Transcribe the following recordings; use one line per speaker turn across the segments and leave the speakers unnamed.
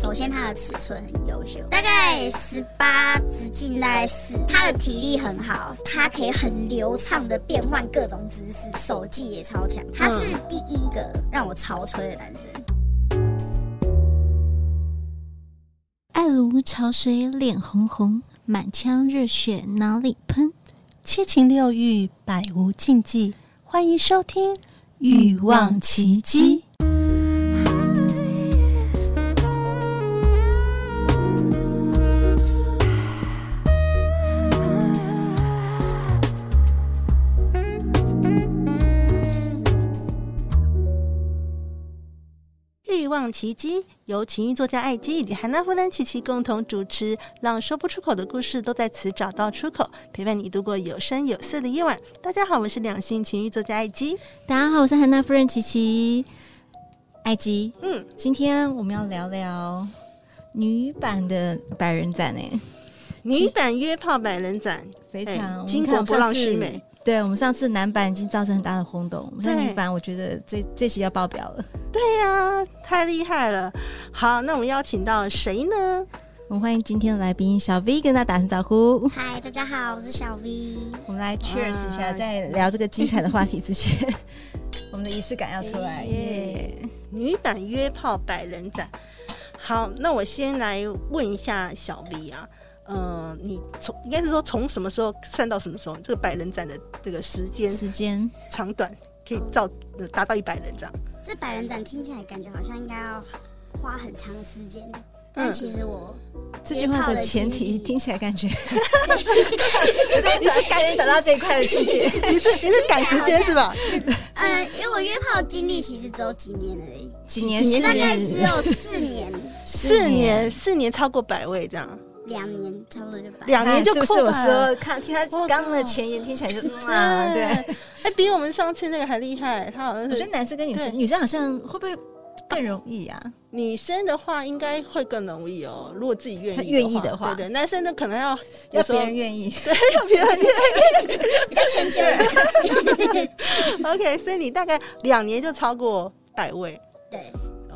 首先它的尺寸很优秀，大概十八直径大概四，他的体力很好，他可以很流畅的变换各种姿势，手技也超强，
嗯
他是第一个让我超吹的男生。
爱如潮水，脸红红，满腔热血哪里喷？
七情六欲，百无禁忌。欢迎收听《
欲望奇迹》。
欲望奇迹由情欲作家艾姬以及韩娜夫人琪琪共同主持，让说不出口的故事都在此找到出口，陪伴你度过有声有色的夜晚。大家好，我是两性情欲作家艾姬。
大家好，我是韩娜夫人琪琪。艾吉，
嗯，
今天我们要聊聊女版的百人展诶、
女版约炮百人展，
非
哎
常
巾帼不让须。
我们看我们上
眉
次。对我们上次男版已经造成很大的轰动，我们现在
对
女版我觉得这这期要爆表了。
对呀、太厉害了！好，那我们邀请到谁呢？
我们欢迎今天的来宾小 V 跟大家打声招呼。
嗨，大家好，我是小 V。
我们来 cheers 一下，
啊
在聊这个精彩的话题之前， 我们的仪式感要出来。
耶
耶！
女版约炮百人展。好，那我先来问一下小 V 啊，呃，你从应该是说从什么时候算到什么时候？这个百人展的这个时间
时间
长短可以照呃达到一百人这样？
这百人展听起来感觉好像应该要花很长时间，
嗯
但其实我
这句话的前提
约炮的经历
听起来感 觉，你是感觉等到这一块的细节。
你是你是赶时间是吧？
呃，因为我约炮经历其实只有几年而已，
几年
几年
大
时
概
间
只有四年、
四年，四年超过百位这样，
两年，差不多就百。
两年就是
不是
破
我
百了
说看听他刚刚的前言听起来就嗯啊，对。
哎、比我们上次那个还厉害，他好像
我觉
是
得男生跟女
对
生，女生好像会不会更容易啊？
女生的话应该会更容易哦，如果自己愿
她
意
愿意的话
对对，男生的可能要
要
有时候
别人愿意，
对要别 人愿
比较 迁就人。
意。OK，所以你大概两年就超过百位，
对，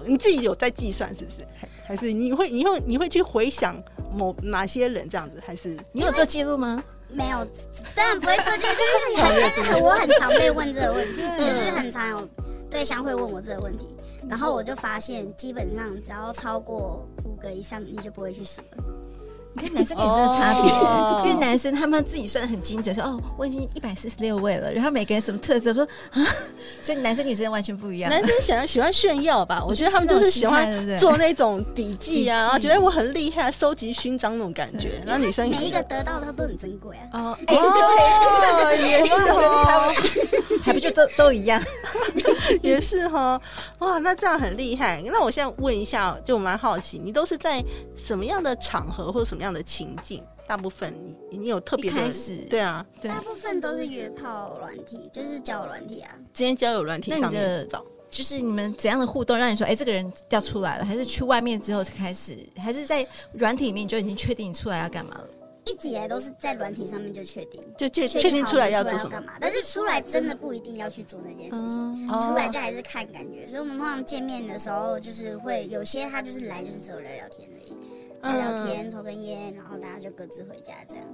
你自己有在计算是不是？还还是你会你会你会去回想某哪些人这样子？还是
你有做记录吗？
没有，当然不会做这个， 但是很，但是很，我很常被问这个问题，
对
就是很常有对象会问我这个问题，然后我就发现，基本上只要超过五个以上，你就不会去数了。
你看男生跟女生的差别，
哦
因为男生他们自己算得很精准，说哦我已经一百四十六位了，然后每个人什么特质，我说啊，所以男生女生完全不一样。
男生想要喜欢炫耀吧？我觉得他们就是喜
是那种心态对
欢
不对
做那种笔记啊，
笔记
然后觉得我很厉害，收集勋章那种感觉。然后女生
每一个得到的都很珍贵啊。
哦，哎、
哦，也是哦，
还不就都都一样？
也是哈，哇，那这样很厉害。那我现在问一下，就蛮好奇，你都是在什么样的场合或者什么样的情境？大部分你你有特别
一
的
开始
对啊，
对
大部分都是约炮软体，就是交友软体啊。
今天交友软体
那你
上面
的
找，
就是你们怎样的互动让你说，哎、这个人要出来了，还是去外面之后才开始，还是在软体里面你就已经确定你出来要干嘛了？
一直以来都是在软体上面就确定，
就确
确
确定
好
出来
要
要做什么
干？嘛，但是出来真的不一定要去做那件事情。
嗯，
哦
出来就还是看感觉，所以我们通常见面的时候，就是会有些他就是来就是只有聊聊天而已，聊聊天、抽根烟，然后大家就各自回家这样。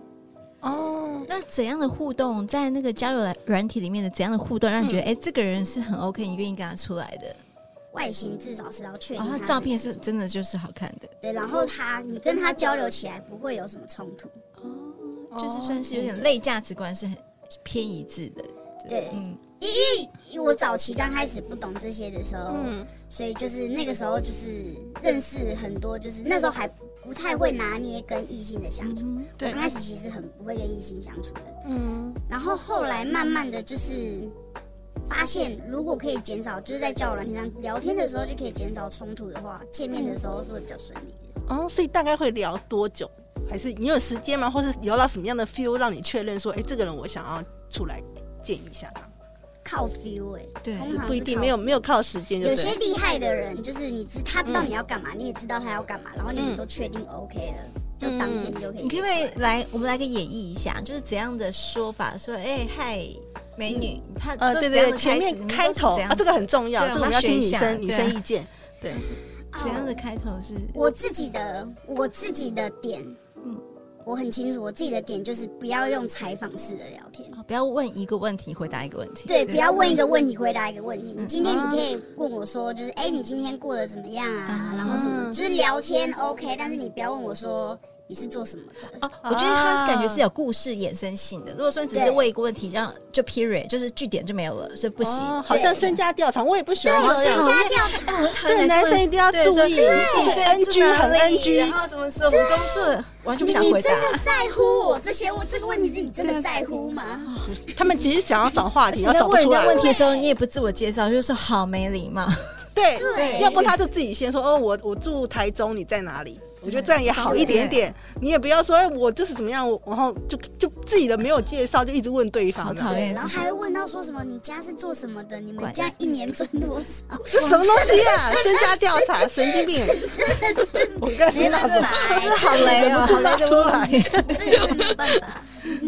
哦，
那怎样的互动，在那个交友软软体里面的怎样的互动，让你觉得哎、这个人是很 OK，你愿意跟他出来的？
外形至少是要确
然
定
后、
他
哦照片是真的就是好看的。
对，然后他你跟他交流起来不会有什么冲突，
就是算是有点类价值观是很偏一致的。
对
嗯，
因为我早期刚开始不懂这些的时候，
嗯
所以就是那个时候就是认识很多，就是那时候还不太会拿捏跟异性的相
嗯
处，
对
我刚开始其实很不会跟异性相处的，
嗯，
然后后来慢慢的就是发现，如果可以减少，就是在交友软件上聊天的时候就可以减少冲突的话，见面的时候是会比较顺利的。
哦，所以大概会聊多久？还是你有时间吗？或是聊到什么样的 feel 让你确认说，哎、这个人我想要出来见一下他？
靠 feel 哎、
对
通常是
不一定，
靠
没有。没有靠时间就
有
对
些
了。
厉害的人，就是你知他知道你要干嘛，你也知道他要干嘛，然后你们都确定 OK 了，就当天就可以。
嗯你可不可以来，我们来个演绎一下，就是怎样的说法？说，哎、嗨，美女，她
呃，
都
对
是怎样
对对，
的
前
始
面开
你们都
头哦
是怎样
啊，这个很重要，
对
这个我们要
我们要学
听女
一下
生女
对啊
生意见。对，
怎样的开头是？
哦我自己的我自己的点，
嗯
嗯，我很清楚，我自己的点就是不要用采访式的聊天。
哦不要问一个问题回答一个问题。
对，不要问一个问题回答一个问题。
嗯
你今天你可以问我说，就是哎、你今天过得怎么样啊？
嗯
然后什么，
嗯
就是聊天 OK，但是你不要问我说你是做什么的。
哦，
啊
我觉得它感觉是有故事衍生性的。如果说你只是
对
问一个问题，让就 period 就是据点就没有了，是不行。
哦好像身家调查，我也不喜欢这
身
样。
家调查，
哎我很讨
这
厌
个男生一定要
对说
注意
你几
对
岁
NG
住哪
很
里
NG
然后怎么说我们工作，完全不
你
想
你
回答啊
真。的在乎我这些？我这个问题是你真的在乎吗？
他们只是想要找话
而
题，
且
要
你在
找不
问人
出来
家。问题的时候，你也不自我介绍，就是说好没礼貌。
对，
对
要不他就自己先说哦，我我住台中，你在哪里？我觉得这样也好一点点。你也不要说哎，我就是怎么样，我然后就就自己的没有介绍，就一直问对
好
方啊
讨
的。
厌
然后还会问到说什么？你家是做什么的？你们
怪
家一年赚多少？
这什么东西呀、 身家调查，神经病！
真的是
我刚才
没
说
办
什么？
法，
真的好 雷
忍
哦，
不住
好雷
拉
的
出来
问题。
真的是没办法。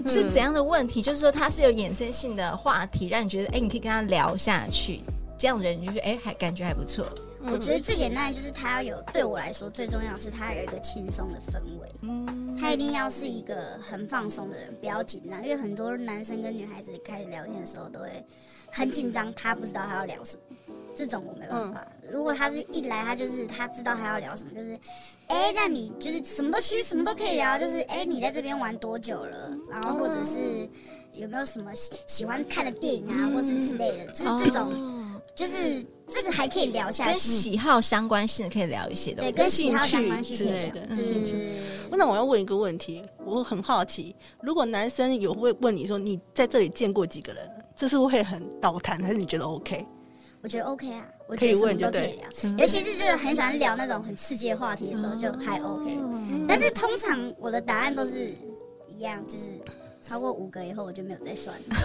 是怎样的问题？就是说它是有衍生性的话题，让你觉得哎、你可以跟他聊下去。这样的人你就是哎、还感觉还不错。
我觉得最简单的就是他要有，对我来说最重要的是他有一个轻松的氛围，
嗯，
他一定要是一个很放松的人，不要紧张，因为很多男生跟女孩子开始聊天的时候都会很紧张，他不知道他要聊什么，这种我没办法。
嗯
如果他是一来他就是他知道他要聊什么，就是，哎、那你就是什么都其实什么都可以聊，就是哎、你在这边玩多久了，然后或者
哦
是有没有什么喜喜欢看的电影啊，或是之类的，就是这种，
哦
就是这个还可以聊下
跟
去。
喜好相关性的可以聊一些东
对，跟
西。
喜好相关去
兴趣之类的
对
兴
对
趣
对
那我要问一个问题，我很好奇，如果男生有会问你说你在这里见过几个人，这是会很倒谈，还是你觉得 OK？
我觉得 OK 啊，我
可
觉
以
得什
问
么都
就
可
对
以聊
什么，
尤其是就是很喜欢聊那种很刺激的话题的时候，就还哦嗯 OK。但是通常我的答案都是一样，就是超过五个以后我就没有再算了。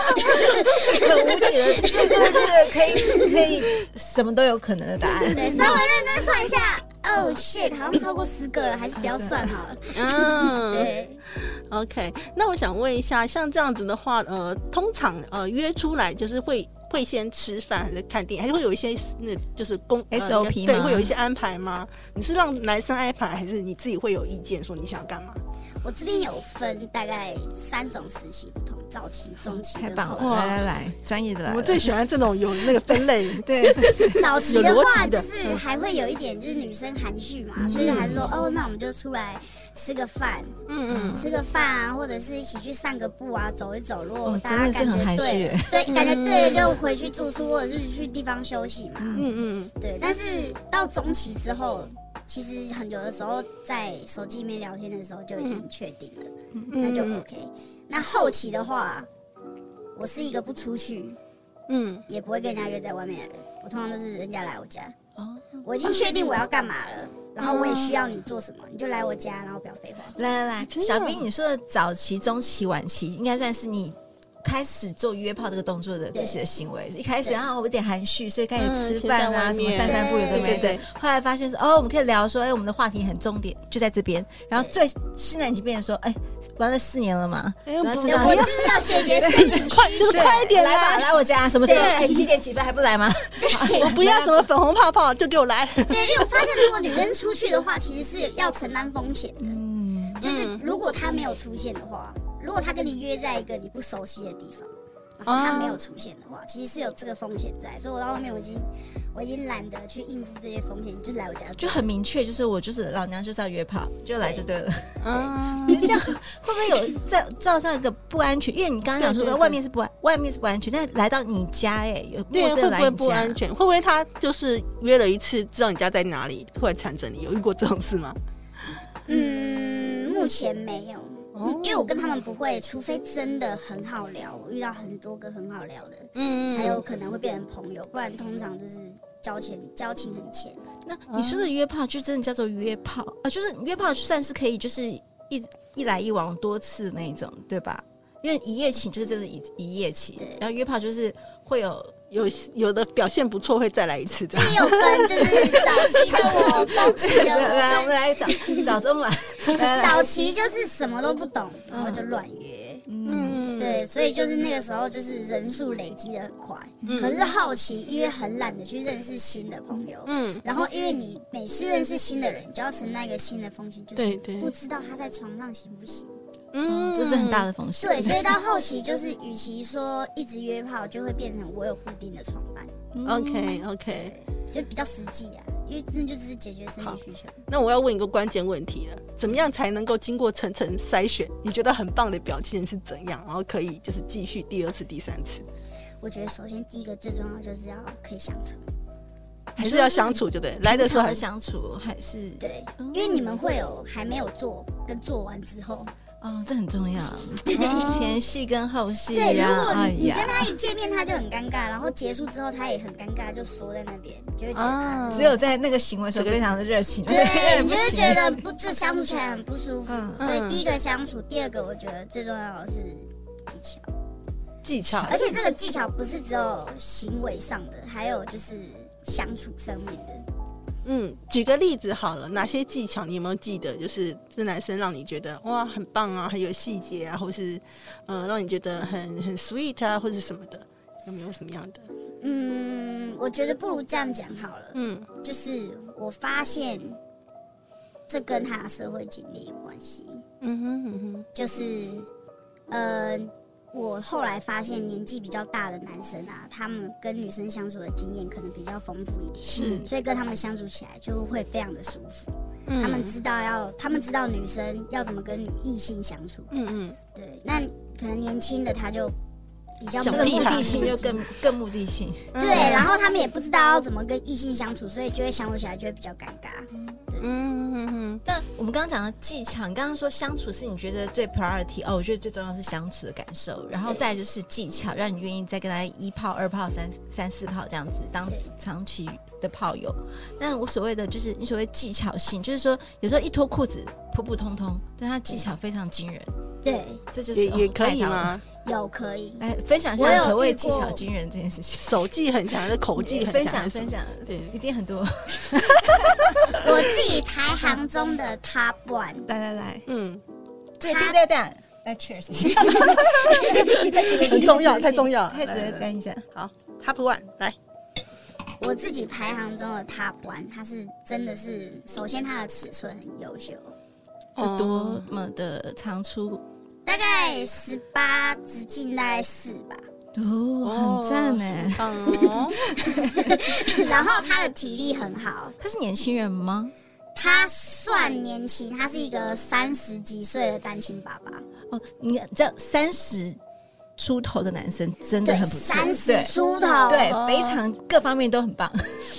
很无解的，这这这可以可以什么都有可能的答案。
对，稍微认真算一下，哦 shit，好像超过十个了，还是不要算好了。
嗯
对，
，OK。那我想问一下，像这样子的话，呃，通常呃约出来就是会会先吃饭，还是看电影，还是会有一些那就是公呃
SOP
对，
吗
会有一些安排吗？你是让男生安排，还是你自己会有意见说你想要干嘛？
我这边有分大概三种时期不同，早期、中期
太
跟
棒了，
后
来
哇
来来，专业的来
我
了，
们最喜欢这种有那个分类，
对，
早期的
有逻
话，
辑的
就是还会有一点就是女生含蓄嘛，所以就还是说哦，那我们就出来吃个饭，
嗯
吃个饭啊，或者是一起去散个步啊，走一走。如果
哦
大家
真的是很
感觉
含蓄
对
耶，
嗯
对，感觉对，就回去住宿或者是去地方休息嘛。
嗯嗯
对，但是到中期之后。其实很有的时候在手机里面聊天的时候就已经很确定了，
嗯，
那就 OK。那后期的话，我是一个不出去，
嗯
也不会跟人家约在外面的人，我通常都是人家来我家，
哦
我已经确定我要干嘛了，然后我也需要你做什么，你就来我家，然后不要废话。
来来来，
真的
小兵，你说的早期、中期、晚期，应该算是你。开始做约炮这个动作的
对
自己的行为，一开始
对
啊我有点含蓄，所以开
嗯
始吃饭啊，
先在外面
什么散散步有的没
对对
的。后来发现说哦，我们可以聊说，哎，我们的话题很重点就在这边。然后最现在已经变成说，哎，玩了四年了嘛，
哎
然后
不
知
对
道
我就是要解决生理 需
快就是
对
快一点
来吧，
啦！
来我家什么时候？
对
哎，几点几分还不来吗？
我不要什么粉红泡泡，就给我来。
对，因为我发现如果女生出去的话，其实是要承担风险的。
嗯，
就是如果她没有出现的话，如果她跟你约在一个你不熟悉的地方，然后她没有出现的话，其实是有这个风险在。所以我到后面我已经我已经懒得去应付这些风险，你就是来我家
就很明确，就是我就是老娘就是要约炮，就来就对了。
嗯，
你这样会不会有在造成一个不安全？因为你刚刚讲
对对
说
对
外面是不安，外面是不安全，但来到你家哎、有陌
对，
生
会
人
不
来
会
你
不
家
安，全？会不会他就是约了一次，知道你家在哪里，突然缠着你？有遇过这种事吗？
嗯，目前没有。
哦
因为我跟他们不会，除非真的很好聊，我遇到很多个很好聊的，
嗯
才有可能会变成朋友，不然通常就是交钱 交情很浅。
那你说的约炮就真的叫做约炮啊、呃就是约炮算是可以，就是一一来一往多次那一种，对吧？因为一夜情就是真的一一夜情，然后约炮就是会有
有有的表现不错，会再来一次的
这。也有分，就是早期的我，中期的
来来，我
我，
们来找 找中晚，来来
早期就是什么都不懂，然后就乱约。
嗯，
嗯，
对，所以就是那个时候就是人数累积的很快，
嗯
可是好奇，因为很懒得去认识新的朋友，
嗯，
然后因为你每次认识新的人，你就要承担一个新的风险，就是
对对，
不知道他在床上行不行。
嗯
这是很大的风险。
对，所以到后期就是，与其说一直约炮，就会变成我有固定的床伴，
嗯
OK OK，
就比较实际啊，因为真的就只是解决生理需求。
那我要问一个关键问题了，怎么样才能够经过层层筛选？你觉得很棒的表现是怎样？然后可以就是继续第二次、第三次，
我觉得首先第一个最重要就是要可以相处，
还是要相处，对不对？来的时候
平常的
还是
相处还是
对，因为你们会有还没有做跟做完之后，
哦，这很重要。前戏跟后戏
对，如
呀，
果
哎
你你跟
呀，
他一见面他就很尴尬，然后结束之后他也很尴尬，就缩在那边，你就会觉得啊
啊，
只有在那个行为的时候就非常的热情，
对，你
不
就会
行
觉得不这相处起来很不舒服。
嗯
所以第一个相处，第二个我觉得最重要的是技巧，
技巧
而且这个技巧不是只有行为上的，还有就是相处上面的。
嗯，举个例子好了，哪些技巧你有没有记得？就是这男生让你觉得哇很棒啊，很有细节啊，或是呃让你觉得很很 sweet 啊，或者什么的，有没有什么样的？
嗯，我觉得不如这样讲好了，
嗯
就是我发现这跟他的社会经历有关系。
嗯哼嗯哼，
就是，呃，我后来发现年纪比较大的男生啊，他们跟女生相处的经验可能比较丰富一点，
是
所以跟他们相处起来就会非常的舒服。
嗯
他们知道要，他们知道女生要怎么跟女异性相处。
嗯嗯
对，那可能年轻的他就比较
想
那
没
个
有
目
这种
的
必达
性就 更更目的性。
嗯
对，然后他们也不知道要怎么跟异性相处，所以就会相处起来就会比较尴尬。
嗯嗯嗯
但我们刚刚讲的技巧，你刚刚说相处是你觉得最 priority 哦，我觉得最重要是相处的感受，然后再就是技巧，让你愿意再跟他一炮、二炮、三三四炮这样子当长期的炮友。但我所谓的就是你所谓技巧性，就是说有时候一脱裤子普普通通，但他技巧非常惊人，
对，
这就
嗯，
是
也
哦
也可以？
太好了
吗？
有可以，
来分享一
我有
下何
遇过
谓技巧惊人这件事情。
手技很强，还是口技很
分
强
享
还是什么？
分享，
对
一定 很多。
我自己排行中的 top one
来来来，
嗯，
这
他
对对对，来 cheers，
很重要，太重要了。
开
来来
始
来
干一下。
好，Top One 来，
我自己排行中的 Top One，它是真的是，首先它的尺寸很优秀，
哦
有多么的长出
大概十八直径大概四吧，
哦，很赞
呢，
呢。
棒哦，
然后他的体力很好，
他是年轻人吗？
他算年轻，他是一个三十几岁的单亲爸爸，
哦，你这样三十出头的男生真的
对，
很不错，
三十
对
出头，
对，非常各方面都很棒，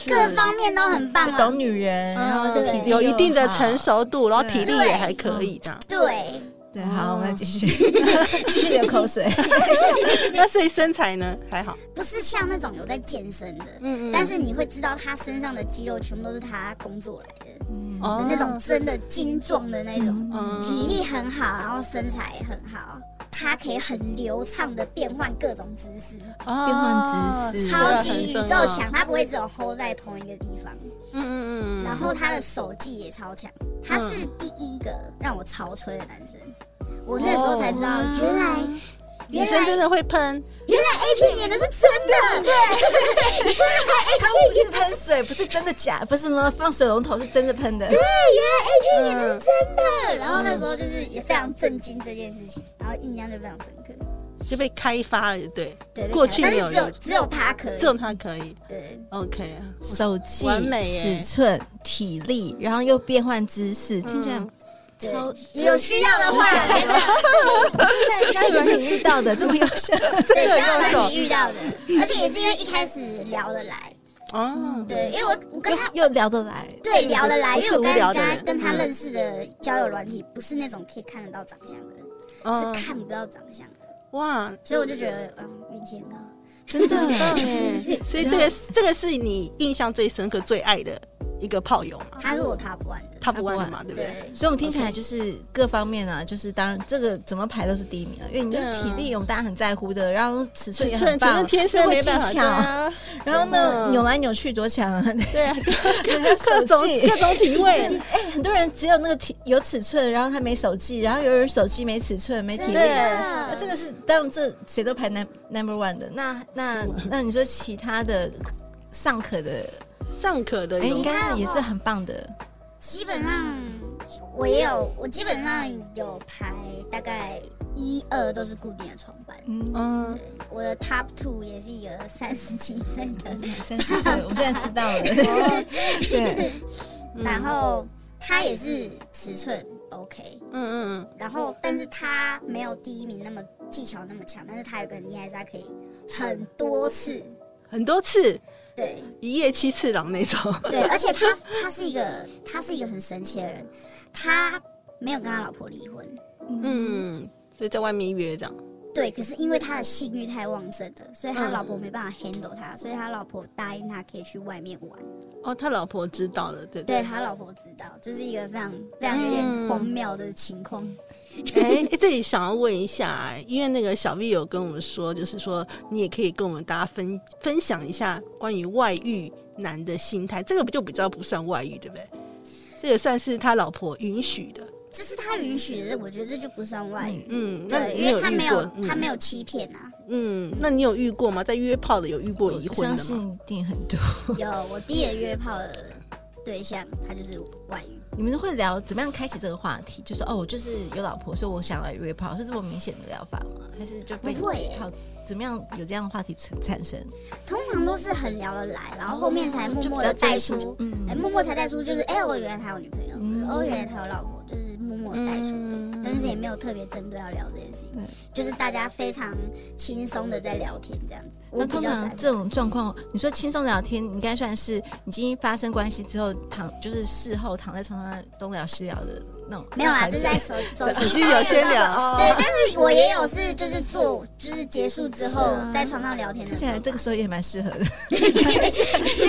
各方面都很棒啊
懂。女人，然后
对
是体力
有
又
一定的
好
成。熟度，然后体力也
对
还可以这样。
对，
对，好，我们来继续
哦
继续流口水。
那所以身材呢还好，
不是像那种有在健身的，
嗯
但是你会知道他身上的肌肉全部都是他工作来的，
哦
那种真的精壮的那种。
嗯
体力很好，然后身材也很好，他可以很流畅的变换各种姿势，
哦
变换姿势
超级宇宙，
嗯啊这个很重要
强，他不会只有 hold 在同一个地方。
嗯嗯嗯，嗯
然后他的手技也超强，他是第一个让我潮吹的男生。我那时
哦
候才知道，原来
女
原
生真
来
的会喷，
原来 A 片演的是真的，对，
他不是喷水，不是真的假，不是呢，放水龙头是真的喷的。
嗯
原来 A 片演的是真的。然后那时候就是也非常震惊这件事情，然后印象就非常深刻。
就被开发了，对，
对，
过去
但
没
是
有
只有
人
只有他可以
只，有她可以
对。
，OK，啊
手技、
完美耶
尺寸、体力，然后又变换姿势，听起来
对
超
有需要的话，那个
在交友软体遇到的这么优 秀，
对，
个
交友
右手
软体遇到的，而且也是因为一开始聊得来，
哦，
对，因为我我跟他
又又聊得来，
对聊得来，
不
因
是
为我跟
无聊
跟
的
他
人
跟他
嗯
认识的交友软体不是那种可以看得到长相的人，
嗯
是看不到长相的，
哇，
所以我就觉得嗯运气很高。
真
很棒
的。
耶！所以这个这个是你印象最深刻、最爱的一个炮友嘛，
他是我 top one 的。
他不玩的嘛，对不对？
对，
所以，我们听起来就是各方面啊，就是当然这个怎么排都是第一名啊，因为你就是体力，我们大家很在乎的，然后尺寸也
虽
很
然觉得
棒，
天生
会
没
技
办法，对
巧，
啊，
然后
真
呢
的
扭来扭去多强啊！
对啊，
各
各种各种体位，
哎、很多人只有那个体有尺寸，然后他没手技，然后有人手技没尺寸没体
真
力。那
的，
这个是当然，这谁都排 num- number one 的。那那那你说其他的上课的，
尚可的
哎、
有
应该
哦
是也是很棒的。
基本上我也有，我基本上有排大概一二都是固定的床班。
嗯，
嗯，
我的 top two 也是一个三十几岁的，
三十岁，我们现在知道 了。哦对，
然后他也是尺寸 OK，
嗯嗯嗯，
然后但是他没有第一名那么技巧那么强，但是他有个很厉害，是他可以很多次，
很多次，
对
一夜七次郎 那种，
对，而且他他是一个他是一个很神奇的人，他没有跟他老婆离婚，
嗯，所以在外面约这样，
对，可是因为他的性欲太旺盛了，所以他
嗯
老婆没办法 handle 他，所以他老婆答应他可以去外面玩。
哦，他老婆知道了，对
对
对，
他老婆知道，这是一个非常非常有
嗯
点荒谬的情况。
哎、这里想要问一下，因为那个小 V 有跟我们说，就是说你也可以跟我们大家分分享一下关于外遇男的心态，这个不就比较不算外遇，对不对？这个算是他老婆允许的，
这是他允许的，我觉得这就不算外遇。
嗯，那
对，
你
因为他
遇
没有
过，嗯、
他没有欺骗啊。
嗯，那你有遇过吗？在约炮的有遇过已
我
婚
相
的吗？
信一定很多。
有我第一个约炮的对象，他就是外遇。
你们会聊怎么样开启这个话题？就说哦，我就是有老婆，所以我想来约炮，是这么明显的疗法吗？还是就被
不会耶
套？怎么样有这样的话题产产生？
通常都是很聊得来，然后后面才默
哦就比
默
较
的带
真心
出，
嗯
哎，默默才带出就是，哎，我原来他有女朋友，
嗯
哦，原来他有老婆，就是默默地带出。
嗯
但是也没有特别针对要聊这件事情
对，
就是大家非常轻松的在聊天这样子。我
那
比较
通
在
常
乎
这种状况，你说轻松聊天，应该算是已经发生关系之后躺，就是事后躺在床上东聊西聊的那种。
没有啦，
环
就
节
是在手手
手
机
机
上面
嗯有些
的
聊哦
对，但是我也有是就是做就是结束之后
是啊
在床上聊天的
听
时
起
候
来，这个时候也蛮适合 的，因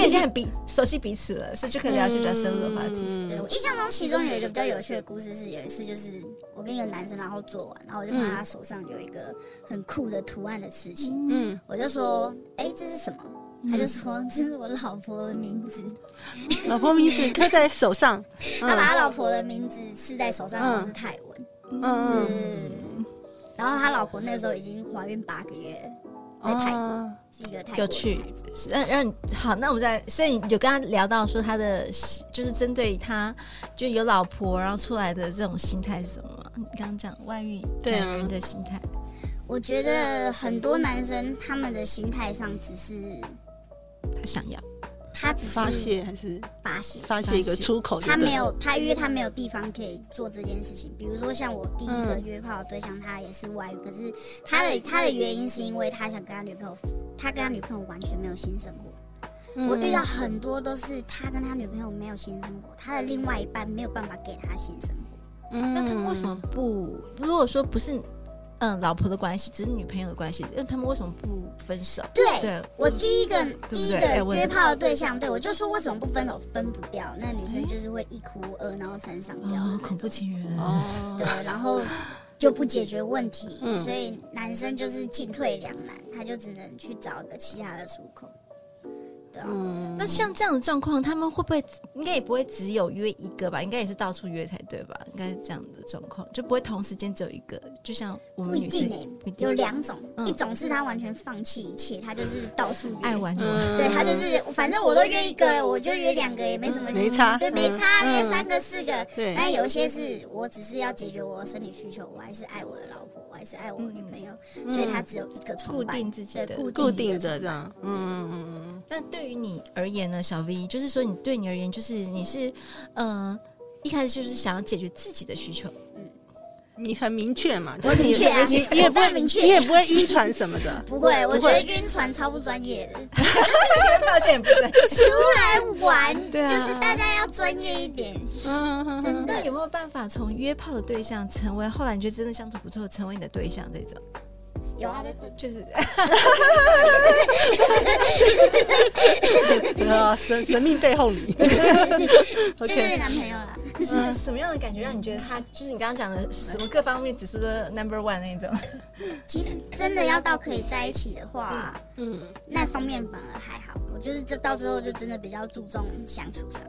为已经很彼熟悉彼此了，所以就可以聊一些比较深入的话题。
嗯
对我印象中其中有一个比较有趣的故事是有一次就是我跟一个男生然后做完，然后我就看
嗯
到他手上有一个很酷的图案的刺青，
嗯，
我就说哎、这是什么？他
嗯
就说这是我老婆的名字，
老婆名字刻在手上，
他把他老婆的名字刺在手上，
嗯
然后是泰文。
嗯嗯
嗯，然后他老婆那时候已经怀孕八个月，在
嗯，
泰国
哦
是一个泰国
有
女
趣
孩子。
是让让好，那我们再，所以你有跟他聊到说他的，就是针对他就有老婆，然后出来的这种心态是什么吗？你刚刚讲外遇
对啊
男人的心态，
我觉得很多男生他们的心态上只是
他想要。
他只是
发泄还是
发泄，
发泄一个出口就对
嗯他
了，
没有他因为他没有地方可以做这件事情。比如说像我第一个
嗯
约炮的对象，他也是外遇，可是他的他的原因是因为他想跟他女朋友，他跟他女朋友完全没有性生活。
嗯，
我遇到很多都是他跟他女朋友没有性生活，他的另外一半没有办法给他性生活。
嗯，
那他们为什么不？如果说不是嗯老婆的关系，只是女朋友的关系，那他们为什么不分手？
对，
对
我第一个
对
第一
哎
个
我
约炮的对象，对我就说为什么不分手，分不掉，那女生就是会一哭二闹三上吊的那
哦
种，，
恐怖情人，
哦
对，然后就不解决问题，
嗯
所以男生就是进退两难，他就只能去找个其他的出口，对啊，
嗯
那像这样的状况，他们会不会应该也不会只有约一个吧？应该也是到处约才对吧？应该是这样的状况，就不会同时间只有一个。就像我
不
们
一
女生
定诶、
不一定欸
有两种，
嗯
一种是他完全放弃一切，他就是到处约
爱。玩就玩
嗯
对他就是，反正我都约一个了，我就约两个也没什么理由，
没差
对，没
嗯
差，约
嗯
三个四个，
对
那有一些是我只是要解决我的生理需求，我还是爱我的老婆，我还是爱我的女朋友，
嗯
所以他只有一个床
固
伴
定自己
对
的
固定
固
一
定
个
的这样，嗯嗯
那对于你而言呢，小 V，就是说你对你而言，就是你是嗯、呃一开始就是想要解决自己的需求，
嗯，你很明确嘛，
我明确啊
你你
我
你也不
非
会
常明确，
你也不会晕船什么的
不会，我
不
觉
会
得晕船超不专业 的。
抱歉不在。
出来玩，
对啊
就是大家要专业一点，
嗯嗯嗯
真
那
的。
有没有办法从约炮的对象成为后来你觉得真的相处不错，成为你的对象这种？
有啊，对对
嗯
就是
啊，神神秘背后里
就就是
，OK，
男朋友了。
嗯
是什么样的感觉让你觉得他就是你刚刚讲的什么各方面指数都 number one 那种？
其实真的要到可以在一起的话，
嗯
那方面反而还好。我就是这到最后就真的比较注重相处上。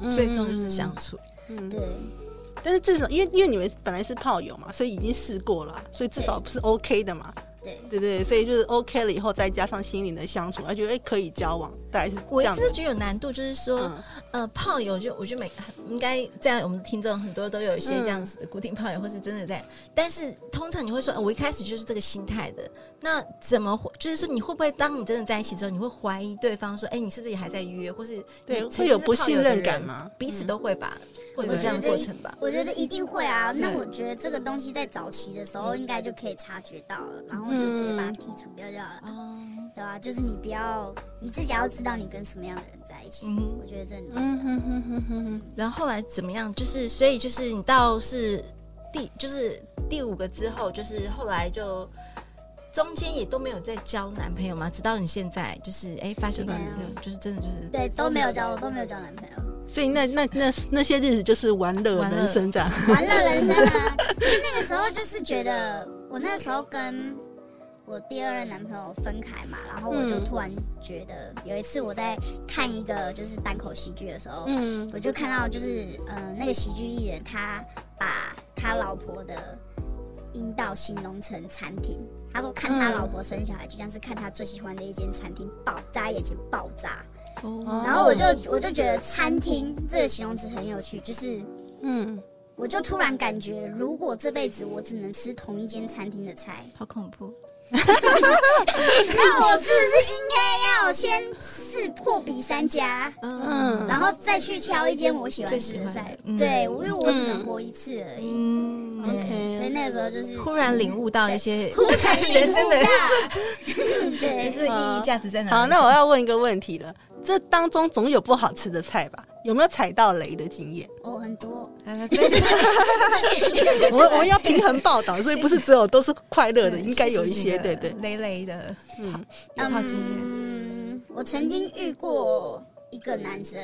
嗯
最终就是相处。
对，
但是至少，因为因为你们本来是炮友嘛，所以已经试过了，所以至少是 OK 的嘛，
对，
对对，对所以就是 OK 了以后，再加上心灵的相处，而觉得哎可以交往，大概是
我
这
一
样
直
子。
觉得有难度，就是说，
嗯
呃，炮友就我觉得每应该这样，我们听众很多都有一些这
嗯
样子的固定炮友，或是真的在，但是通常你会说，呃我一开始就是这个心态的，那怎么会？就是说，你会不会当你真的在一起之后，你会怀疑对方说，哎、你是不是也还在约，或是
对
你曾经
会有
是
不
炮
信
友的
任感
人
吗
彼此
嗯
都会吧，会有
对
这样的
对
过程吧？
我觉得一定会啊。
对嗯
那我觉得这个东西在早期的时候应该就可以察觉到了，然后就直接把它剔除掉就好了，
哦，
对吧、就是你不要，你自己要知道你跟什么样的人在一起。
嗯哼
我觉得这很重要。
嗯哼哼哼哼哼，
然后后来怎么样？就是所以就是你到是第就是第五个之后，就是后来就中间也都没有再交男朋友嘛，直到你现在就是哎发现
没有
男朋友就是真的就是
对，都没有交，我都没有交男朋友，
所以那那那那些日子就是玩乐
玩乐
人生这样。
玩乐人生啊！因为那个时候就是觉得，我那时候跟我第二任男朋友分开嘛，然后我就
嗯
突然觉得，有一次我在看一个就是单口喜剧的时候，
嗯
我就看到就是呃那个喜剧艺人他把他老婆的阴道形容成餐厅，他说看他
嗯
老婆生小孩就像是看他最喜欢的一间餐厅爆炸眼前爆炸，
哦
然后我就我就觉得餐厅这个形容词很有趣，就是。
嗯，
我就突然感觉，如果这辈子我只能吃同一间餐厅的 菜，
好恐怖，
那我是不是应该要先试破比三家，
嗯
然后再去挑一间我喜欢吃的
最喜欢
菜
的？嗯
对，因为我只能活一次而已。
嗯，
对
OK
所以那个时候就是
突然领悟到一些
突然
人生的人
对，
生的意义价值在哪里？
好，那我要问一个问题了，这当中总有不好吃的菜吧？有没有踩到雷的经验？
我很多
来来分享
我们我们要平衡报道，所以不是只有都哎 是快乐的，
对
应该有一
世俗
些，
的
对对，
累累的
嗯
约炮经验。
嗯，我曾经遇过一个男生，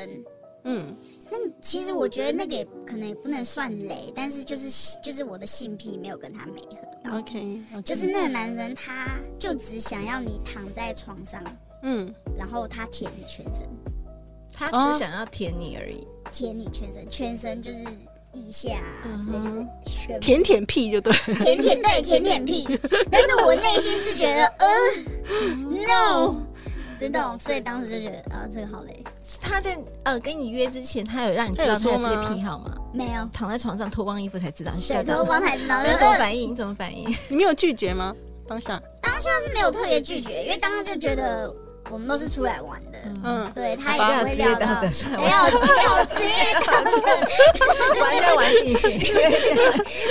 嗯
那其实我觉得那个也可能也不能算雷，但是就是就是我的性癖没有跟他没合
嗯
到。
，OK，
就是那个男生，他就只想要你躺在床上，
嗯
然后他舔你全身，
他
哦
只想要舔你而已，
舔你全身，全身就是腋下啊
嗯
之类，就是
哼
全部
舔舔屁就对，
舔舔对舔舔 屁。但是我内心是觉得，
哦
呃，no，真的，所以当时就觉得啊，这个好累。
是他在呃跟你约之前，他有让你知
他
道
有
他
说
有这
吗
些癖好吗？
没有，
躺在床上脱光衣服才知道，吓
对，
到
头光才知道，
那怎么
呃
反应？你怎么反应？
你没有拒绝吗？当下，
当下是没有特别拒绝，因为当时就觉得我们都是出来玩的，
嗯，
对他也
好吧
不会
职业
料
道
到，
德
没有
上
没有职业道德。
玩在玩尽兴。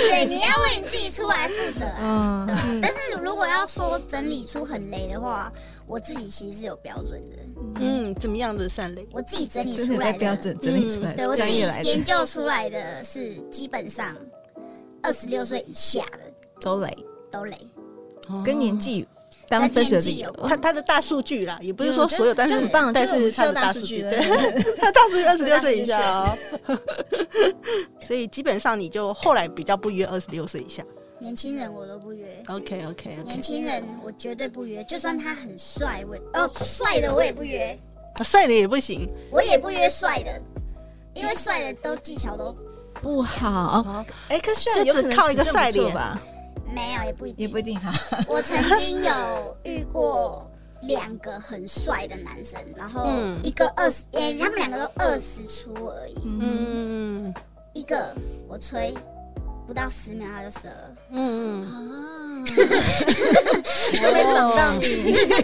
对，你要为你自己出来负责啊、
嗯，
但是如果要说整理出很雷的话，我自己其实是有标准的，
嗯，怎么样的善类？
我自己整理
真
出
的
来
在
的
标，准整理出来，
嗯对我自
专
己
业来的
研究出来的是基本上二十六岁以下的
都累，
都雷，
哦
跟年纪当分
哦跟年
水岭有
纪有
关。
他他的大数据啦，也不是说所有，但是
就很棒，
但
哦嗯这个我
是
们需
他
要
的
大
大
数
数
据
据，
了。
对， 他大数据二十六岁以下哦。所以基本上你就后来比较不约二十六岁以下。
年轻人我都不约。
OK OK
年
OK，
轻人，我绝对不约，就算他很帅，我也哦帅的我也不约，
啊帅的也不行，
我也不约帅的，因为帅的都技巧都
不好，哎，可是
哦就
有可
只
能
靠一个
尺寸不
帅
错
脸
吧，
没有，也不一定
也不一定好。
我曾经有遇过两个很帅的男生，然后
嗯
一个二十、诶，他们两个都二十出而已，
嗯，
嗯
一个我吹不到十秒他就射了，
嗯
啊，都没想到你。哦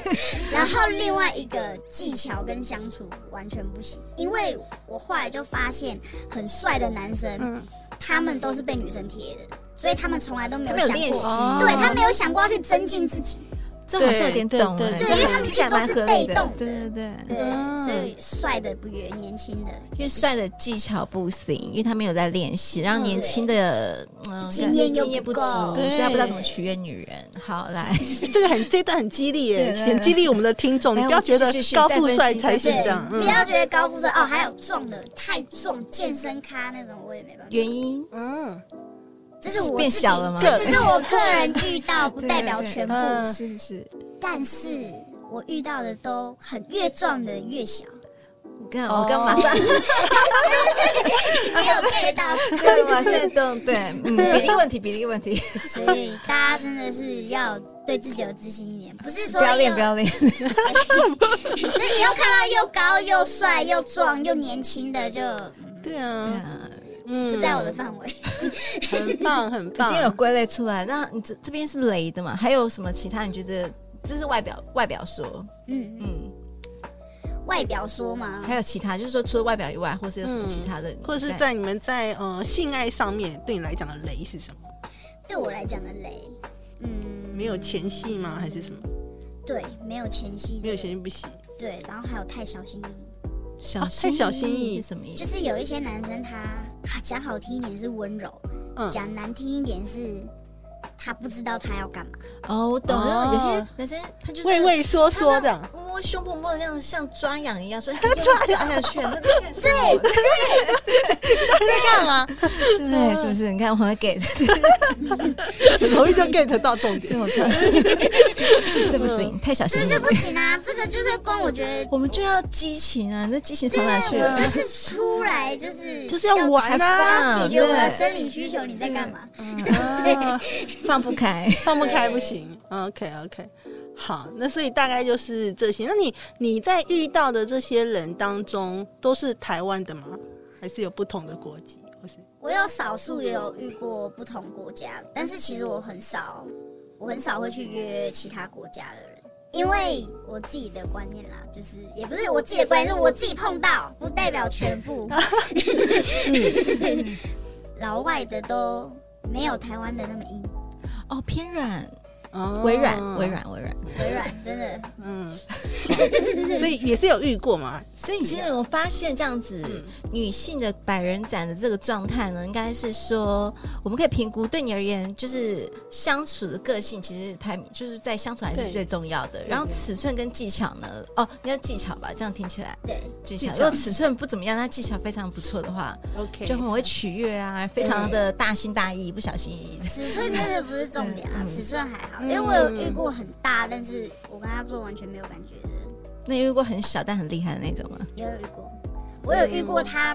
然后另外一个技巧跟相处完全不行，因为我后来就发现很帅的男生，
嗯
他们都是被女生贴的，所以他们从来都没
他
有
没有
想
练习
过，
哦
对他没有想过要去增进自己。
这好像有点懂
对
哎，
对
这
对
好像听起来蛮合理的
因为他们一直都是被动的
对对对。
对
哦
嗯，
所以帅的不约，年轻的
因为帅的技巧不行，因为他没有在练习，让
嗯
年轻的嗯
经验又
经验不
不
足，
够
所
对
以他不知道怎么取悦女人。好，来，
这个很这一段很激励耶，
对
很激励我们的听众。
来
你不要觉
我
得
们继续继续
高富
再分析
帅才是
再分析
这样，
不
嗯
要觉得高富帅哦，还有壮的太壮，健身咖那种我也没办法。
原因
嗯，
这是我
变
自己
小了吗
这只是我个人遇到，不代表全部。
嗯
是是，
但是我遇到的都很越壮的越小，
我刚
哦
我刚马上
没有 get 到，
对马上动， 对，嗯，比例问题，比例问 题，
所以大家真的是要对自己有自信一点，不是
不
说
要练
又
不要练，
所以以后看到又高又帅又壮又年轻的就
对
对
啊，
啊
嗯，
不在我的范围。
很棒，很
已
棒，
经有归类出来。那你这这边是雷的嘛？还有什么其他？你觉得这是外表外表说，
嗯，
嗯，
外表说嘛，
还有其他，就是说除了外表以外，或是有什么
嗯
其他的，
或者是在你们在呃性爱上面对你来讲的雷是什么？
对我来讲的雷，嗯，
没有前戏吗？还是什么？
对，没有前戏，
没有前戏不行。
对，然后还有太小心翼
啊小
太小心翼翼
是什么意
翼，
思
就？是有一些男生他啊讲好听一点是温柔，
嗯，
讲难听一点是他不知道他要干嘛。
哦，我懂。
哦
然后有些男生他就是
畏畏缩
他
缩
那
的，
摸胸部摸的那样像抓痒一样，所以 他抓抓下去，那个干什么
在干嘛？
对，是不是？你看我很会给，
很 容易就 get 到重
对
点。
我穿，这不行，太小心
这
翼翼
就。不行啊！这个就是光，我觉得，
我们就要激情啊，那激情跑哪去
对我
了？
就是出来就是
就是要玩啊，
解决我的生理需求，你在干嘛？
啊
放不开。
放不开不行。OK OK，好，那所以大概就是这些。那你你在遇到的这些人当中，都是台湾的吗？还是有不同的国籍？或是
我有少数也有遇过不同国家，但是其实我很少，我很少会去约其他国家的人，因为我自己的观念啦，就是也不是我自己的观念，是我自己碰到，不代表全 部。老外的都没有台湾的那么硬，
哦，偏软，
哦
微软，微，软，微软。
微软真的
嗯， 好所以也是有遇过嘛？
所以现在我发现这样子，女性的百人展的这个状态呢，应该是说，我们可以评估对你而言，就是相处的个性，其实排名就是在相处还是
对
最重要的。然后
对
尺寸跟技巧呢，哦，应该技巧吧，这样听起来
对。
技
巧
巧。如果尺寸不怎么样，那技巧非常不错的话，
OK，
就很会取悦啊，非常的大心大意，不小心翼翼的。
尺寸真的不是重点啊
嗯，
尺寸还好，
嗯
因为我有遇过很大，但是我跟他做完全没有感觉的，
那你遇过很小但很厉害的那种吗？
也有遇过，我有遇
嗯
过他，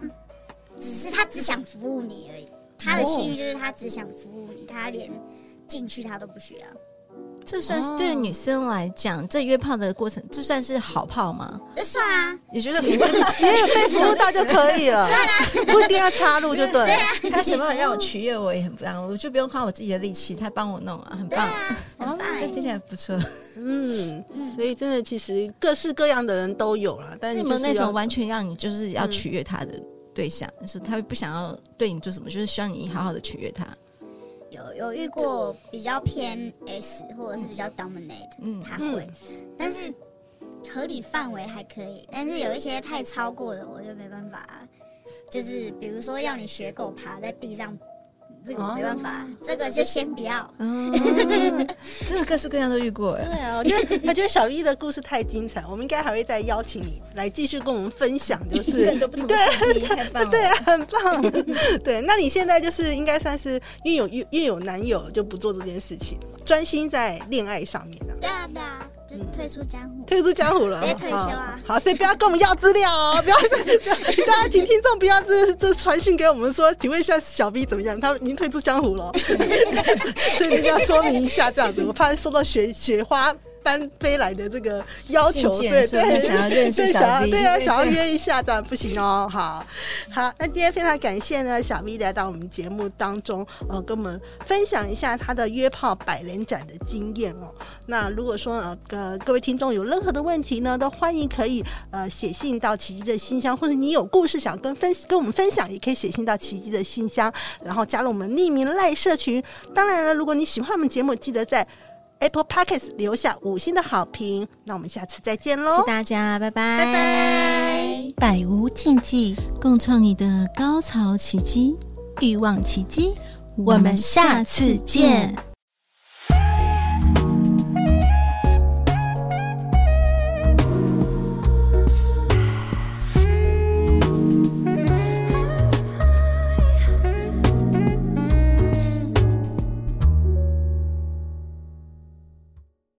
只是他只想服务你而已，他
哦
的性欲就是他只想服务你，他连进去他都不需要，
这算是
哦
对女生来讲，这约炮的过程，这算是好炮吗？
这算啊，
也就是 服务，
也有被服务到就可以 了，
啊
不一定要插入就对了。
他想办法让我取悦我也很不让，我就不用花我自己的力气，他帮我弄啊，很
对
棒，
啊，很棒
这
欸，
听起来不错。
嗯，
嗯
所以真的其实各式各样的人都有啦，但
那
是
有
就
没有
是
那
要
种完全让你就是要取悦他的对象，就是他不想要对你做什么，就是希望你好好的取悦他？
有有遇过比较偏 S 或者是比较 dominate，
嗯
他会，但
嗯
是合理范围还可以，但是有一些太超过的我就没办法啊，就是比如说要你学狗爬在地上，这
哦
个我没办法啊，这个就先不要。
嗯，真的各式各样都遇过哎。
对啊，我觉得我觉得小一的故事太精彩，我们应该还会再邀请你来继续跟我们分享， 就是
更多不同的刺激，太棒了！
对啊，很棒。 对，那你现在就是应该算是因为有因为有男友就不做这件事情了，专心在恋爱上面啊。
对啊对啊，就退出江湖。
退出江湖了，
直接退休啊
好！好，所以不要跟我们要资料哦，不要 不要，大家请听众不要这这传讯给我们说，请问一下小 B 怎么样？他已经退出江湖了 哦，所以就是要说明一下这样子，我怕收到雪雪花。般飞来的这个要求，
信件
对
说他
对，
想要认识
对
小
想要
B，
对啊，
认识
想要约一下，这样不行哦。好好，那今天非常感谢呢，小 B 来到我们节目当中，呃，跟我们分享一下他的约炮百人展的经验哦。那如果说呃呃各位听众有任何的问题呢，都欢迎可以呃写信到奇迹的信箱，或者你有故事想跟分跟我们分享，也可以写信到奇迹的信箱，然后加入我们匿名赖社群。当然了，如果你喜欢我们节目，记得在。 Apple Podcast 留下五星的好评。那我们下次再见
谢谢
喽，
大家，拜拜，
拜拜。
百无禁忌，
共创你的高潮奇迹。
欲望奇迹。
我们下次见。